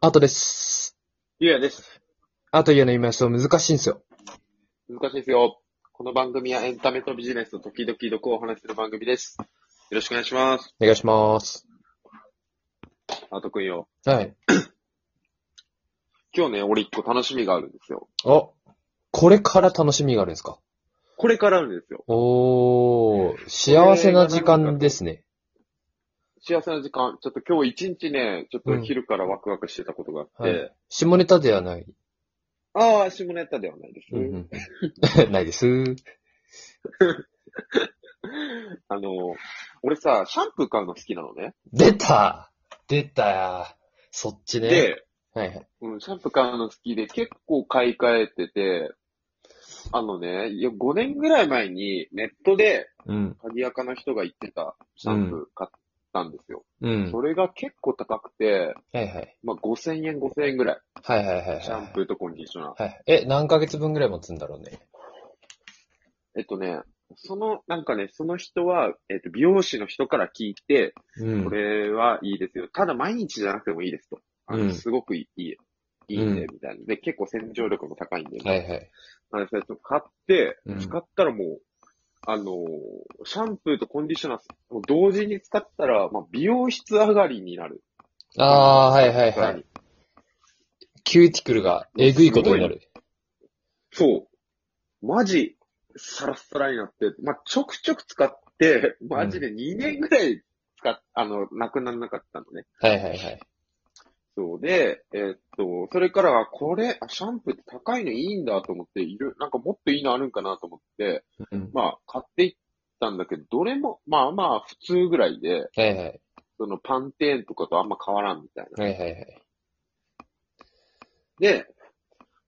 アートです。ゆうやです。アートゆうの言いますと難しいんですよ。難しいですよ。この番組はエンタメとビジネスと時々どこをお話しする番組です。よろしくお願いします。お願いします。あとくんよ。はい。今日ね、俺一個楽しみがあるんですよ。お、これから楽しみがあるんですかこれからあるんですよ。おー、幸せな時間ですね。幸せな時間。ちょっと今日一日ね、ちょっと昼からワクワクしてたことがあって。はい下ネタではない。ああ、下ネタではないです。うんうんうん ないです。あの、俺さ、シャンプー買うの好きなのね。出た出たやそっちね。で、はいはい。うん、シャンプー買うの好きで結構買い替えてて、あのね、いや5年ぐらい前にネットで、うん。鍵垢の人が言ってたシャンプー買ったんですよ。うん。それが結構高くて、はいはい。まあ、5000円、5000円ぐらい。はいはいはいはい。シャンプーとコンディショナー。はい。え、何ヶ月分ぐらい持つんだろうね。えっとね、その、なんかね、その人は、えっと、美容師の人から聞いて、うん。これはいいですよ。ただ毎日じゃなくてもいいですと。あうんの、すごくいい、いいいいんで、うみたいな。で、結構洗浄力も高いんで、はいはい。あの、それと買ってうん、使ったらもう、あのー、シャンプーとコンディショナー、もう同時に使ったら、まあ、美容室上がりになる。あー、はいはいさらはにい。キューティクルがえぐいことになる。そう。マジ、サラッサラになって、まあ、ちょくちょく 使って、マジで2年ぐらい使っ、あの、なくならなかったのね。はいはいはい。そうで、えーっと、それからは、これ、あシャンプーって高いのいいんだと思って、いる、なんかもっといいのあるんかなと思って、うん。まあ、買っていったんだけど、どれも、まあまあ、普通ぐらいで、はいはい。そのパンテーンとかとあんま変わらんみたいな。はいはいはい。で、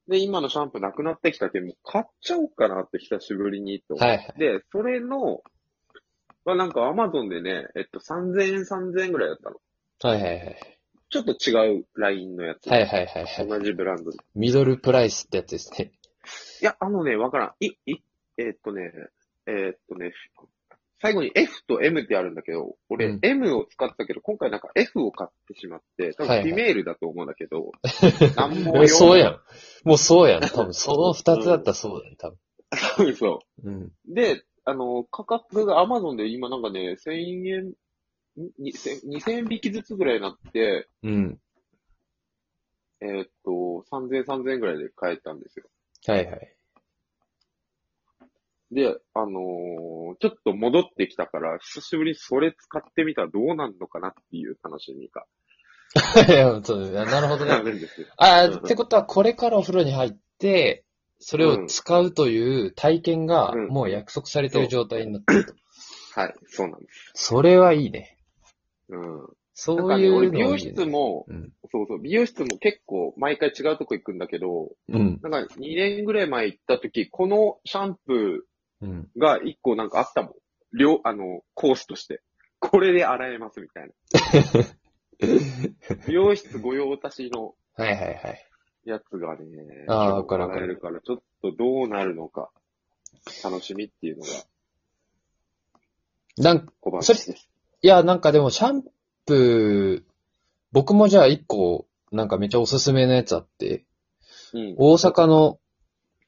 で、今のシャンプーなくなってきたけど、もう買っちゃおうかなって久しぶりにと思ってはいはい。で、それの、はなんかアマゾンでね、えっと、3000円3000円ぐらいだったの。はいはいはい。ちょっと違うラインのやつ。はいはいはいはい。同じブランドで。ミドルプライスってやつですね。いや、あのね、わからん。い、い、えっとね、えっとね、最後に F と M ってあるんだけど、俺、うん M を使ったけど、今回なんか F を買ってしまって、多は分いフはいィメールだと思うんだけ ど、なんももうそうやん。ん。もうそうやん。多分、その二つだったらそうだね、多分。そうそうん。う。で、あの、価格が Amazon で今なんかね、1000円、ん2000 2000円引きずつぐらいになって、うん。えーっと、3000、3000円ぐらいで買えたんですよ。はいはい。で、あのーちょっと戻ってきたから、久しぶりにそれ使ってみたらどうなるのかなっていう楽しみがいやそうなるほどあね。る んですよ。あうんーってことは、これからお風呂に入って、それを使うという体験が、うんもう約束されてる状態になってると。はい、そうなんです。それはいいね。うん。なんそかういね、うの俺いいね美容室。も、うん。そうそう、美容室も結構毎回違うとこ行くんだけど、うん。なんか2年ぐらい前行った時、このシャンプうん。ーが1個なんかあったもん。両、あの、コースとして。これで洗えますみ たいな。美容室御用達のはいはいはい。やつがね、あー結構わかるわかるえるから、ちょっとどうなるのか、楽しみっていうのがなんか、小そ話れです。いや、なんかでもシャンプー、僕もじゃあ一個、なんかめっちゃおすすめのやつあって、うん。大阪の、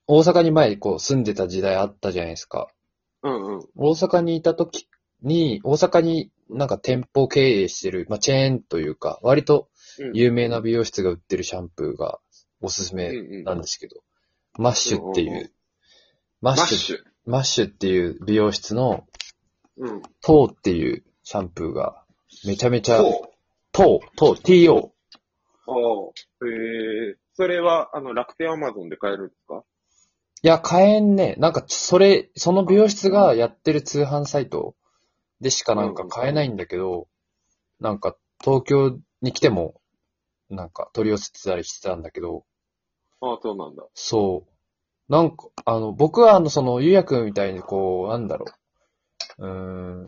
大阪に前こう住んでた時代あったじゃないですか。うんうん。大阪にいた時に、大阪になんか店舗経営してる、まあチェーンというか、割と有名な美容室が売ってるシャンプーがおすすうんめうん。なんですけど、マッシュってうんうんいうう、ママッッシシュ、ュ。マッシュっていう美容室の、うん。トーっていうシャンプーが、めちゃめちゃ、そう。トー、トー、TO。ああ。ええそれは、あの、楽天アマゾンで買えるんですかいや、買えんね。なんか、それ、その美容室がやってる通販サイトでしかなんか買えないんだけど、なんか、東京に来ても、なんか取り寄せてたりしてたんだけど、ああ、そうなんだ。そう。なんか、あの、僕はあの、その、ゆうやくんみたいに、こう、なんだろう。うー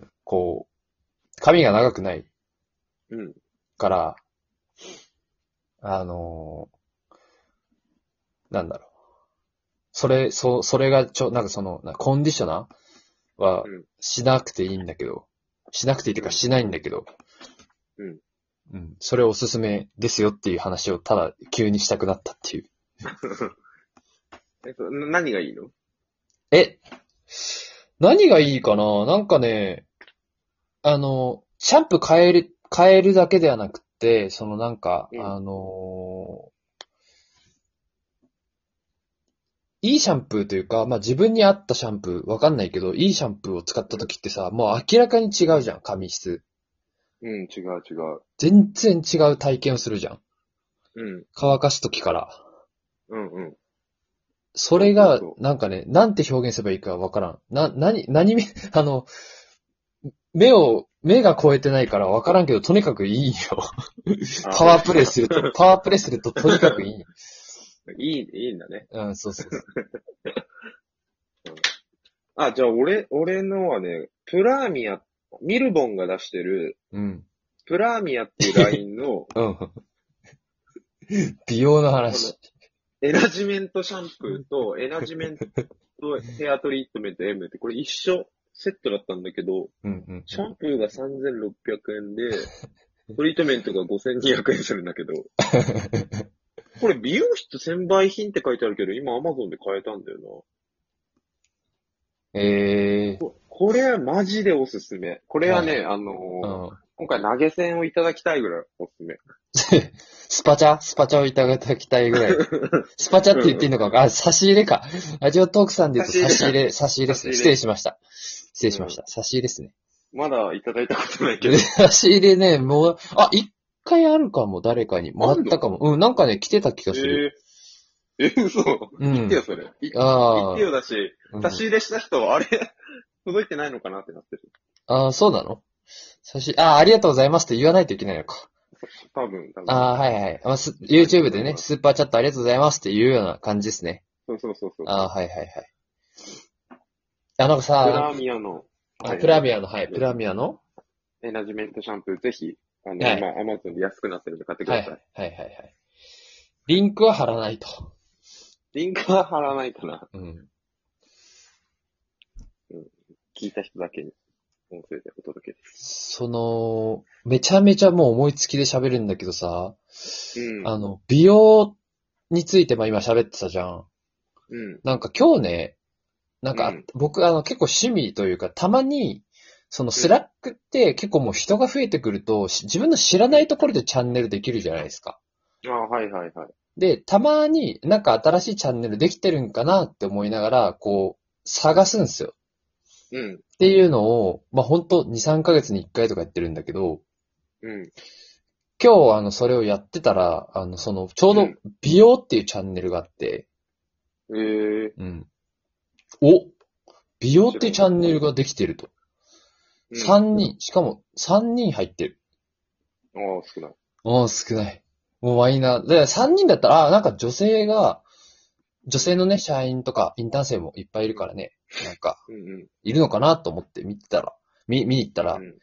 ん、こう、髪が長くないうん。から、あのーなんだろう。それ、そ、それがちょ、なんかその、なコンディショナーはうんしなくていいんだけど、しなくていいといううかんしないんだけど、うんうん。それおすすめですよっていう話をただ急にしたくなったっていう。えっと、な何がいいのえ何がいいかななんかね、あの、シャンプー変える、変えるだけではなくて、そのなんか、うんあのーいいシャンプーというか、まあ、自分に合ったシャンプー、わかんないけど、いいシャンプーを使った時ってさ、もう明らかに違うじゃん、髪質。うん、違う違う。全然違う体験をするじゃん。うん、乾かす時から。うん、うん。それがそうそう、なんかね、なんて表現すればいいかわからん。な、なに、何目、 あの、目を、目が超えてないからわからんけど、とにかくいいよ。パワープレイすると、パワープレイするととにかくいい。いい、いいんだね。うん、そうそうそう。あ、じゃあ俺、俺のはね、プラーミア、ミルボンが出してる、うん。プラーミアっていうラインのうん。 美容の話。エナジメントシャンプーとエナジメントヘアトリートメント M ってこれ一緒セットだったんだけど、うんうん。シャンプーが3600円で、トリートメントが5200円するんだけど、これ美容室専売品って書いてあるけど、今 Amazon で買えたんだよな。ええー。ここれはマジでおすすめ。これはね、あのうーん。 今回投げ銭をいただきたいぐらいおすすめ。スパチャスパチャをいただきたいぐらい。スパチャって言っていいのかあ、差し入れか。ラジオトークさんで言うと差し入れ、差し入れですね。差し失入れ礼しました。失礼しました。差し入れですね。まだいただいたことない けど。差し入れね、 もう、あ、一回あるかも、誰かに。もらったかも。うん、なんかね、来てた気がする。えー、え、嘘。うん言ってよ、それ。い言あってよだし、あ、うん差し入れした人は、あれ、 届いてないのかなってなってる。あーそうなの差し、あー、ありがとうございますって言わないといけないのか。多分、多分。あーはいはい。まあ、す YouTube でね、スーパーチャットありがとうございますって言うような感じですね。そうそうそうそう。あーはいはいはい。あ、なんかプラさ、ーミアの、あプラミアの、はい、プラミアのエナジメントシャンプー、ぜひ、あの、はい今、アマゾンで安くなってるんで買ってくはいだはいさはい。いはいはい。リンクは貼らないと。リンクは貼らないかな。うん。聞いた人だけに、音声でお届けでその、めちゃめちゃもう思いつきで喋るんだけどさ、す。うん。あの、美容についてまあ今喋ってたじゃん。うん。なんか今日ね、なんか、うん僕あの結構趣味というか、たまに、そのスラックって結構もう人が増えてくると、し自分の知らないところでチャンネルできるじゃないですか。あはいはいはい。で、たまになんか新しいチャンネルできてるんかなって思いながら、こう、探すんですよ。うん。っていうのを、まあほんと2、3ヶ月に1回とかやってるんだけど、うん。今日あのそれをやってたら、あのその、ちょううどん美容っていうチャンネルがあって、えーうん。お美容ってチャンネルができてると。うん。 3人、しかも3人入ってる。ああ、少ない。ああ、少ない。もうマイナー。で、3人だったら、ああ、なんか女性が、女性のね、社員とか、インターン生もいっぱいいるからね、なんか、うんうん。いるのかなと思って見てたら、見、見に行ったらう、ん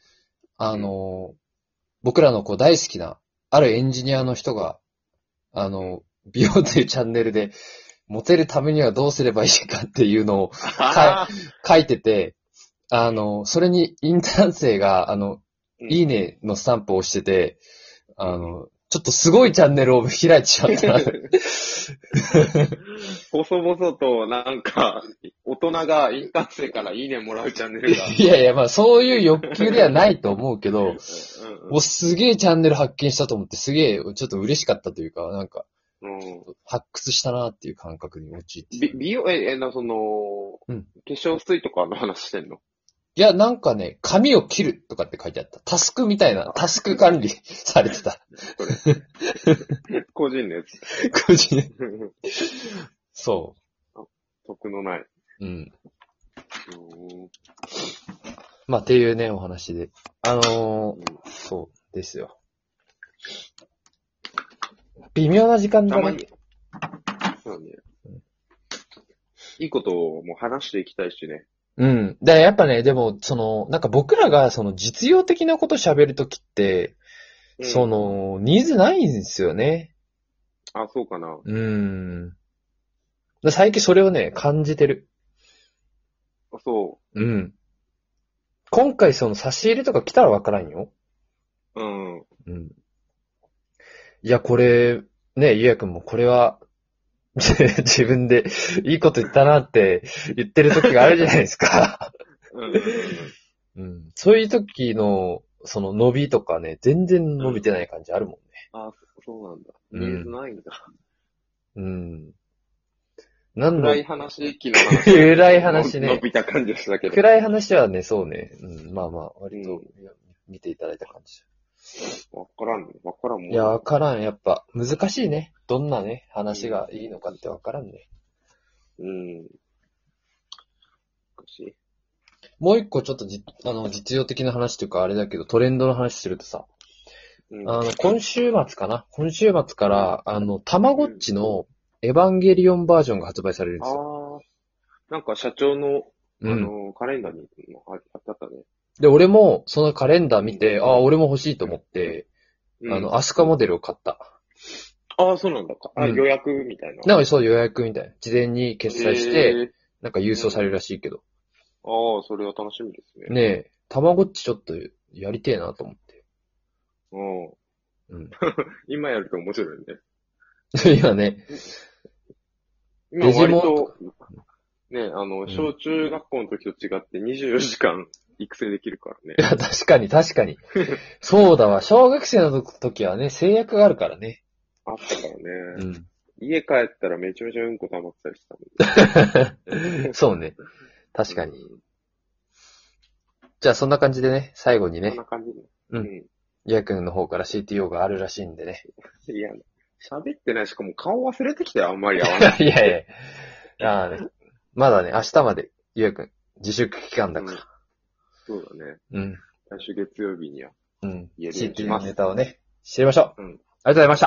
あのー僕らのこう大好きな、あるエンジニアの人が、あのー美容というチャンネルで、モテるためにはどうすればいいかっていうのをあー書いてて、あの、それにインターン生が、あの、うんいいねのスタンプを押してて、あの、ちょっとすごいチャンネルを開いてしまった な。細々と、なんか、大人がインターン生からいいねもらうチャンネルが。いやいや、まあそういう欲求ではないと思うけど、うもうすげえチャンネル発見したと思って、すげえちょっと嬉しかったというか、なんか、んうんうん発掘したなっていう感覚に陥って。び美容、え、え、な、その、うん化粧水とかの話してんのいや、なんかね、髪を切るとかって書いてあった。タスクみたいな、タスク管理されて た。それ。個人のやつ。 個人そ得のない。う。うん。うーんまあ、っていうね、お話で。あのー、そうですよ。微妙な時間ただまねに。。そうね。いいことをもう話していきたいしね。うん。だからやっぱね、でも、その、なんか僕らが、その、実用的なこと喋るときって、うんそ。の、ニーズないんですよね。あ、そうかな。うん。だ最近それをね、感じてる。あそうん。今回その差し入れとか来たらわからんよ。う。うん。うん。いや、これ、ね、ゆうやくんもこれは、 自分でいいこと言ったなって言ってる時があるじゃないですか。うんうんうんうん。そういう時の、その伸びとかね、全然伸びてない感じあるもんね。あ、そうなんだ。うんニーズないんだ。うん。なん暗だい話、昨日の話。暗い話ね伸びた感じでしたけど。暗い話はね、そうね。うん、まあまあ、割と見ていただいた感じ。わからん、わからんもいん。や、わからん。やっぱ、難しいね。どんなね、話がいいのかってわからんね。うん。おかしい。もう一個ちょっとじ、あの、実用的な話というか、あれだけど、トレンドの話するとさ、うん。あの、今週末かな今週末から、あの、たまごっちのエヴァンゲリオンバージョンが発売されるんですよ。あーなんか社長の、あうん。の、カレンダーにああったね。で、俺も、そのカレンダー見て、ああ、俺も欲しいと思って、うんあの、アスカモデルを買った。ああ、そうなんだか。あ、うん予約みたいな。なので、そう予約みたいな。事前に決済しえて、ーなんか郵送されるらしいけど。ああ、それは楽しみですね。ねえ、たまごっちちょっとやりてえなと思って。 うん。うん。 今やると面白いね。今ね、今デジ割モンと、ね、あの、ん小中学校の時と違って24時間育成できるからねい。や、確かに確か に。そうだわ。小学生の時はね、制約があるからね。あったからね。ん。家帰ったらめちゃめちゃうんこ溜まってたりしたもんね。そうね。 確かに。じゃあ、そんな感じでね、最後にそんねな、感じね。うんん。ゆうやくんの方から CTO があるらしいんでね。 いや、喋ってないし、かも顔忘れてきたよ、あんまり会わ ない。いやいや。あーねまだね、明日まで、ゆうやくん、自粛期間だから。そうだね。うん。来週月曜日には。うん。言えるようにし CTO ますのネタをね、知りましょう。うんありがとうございました。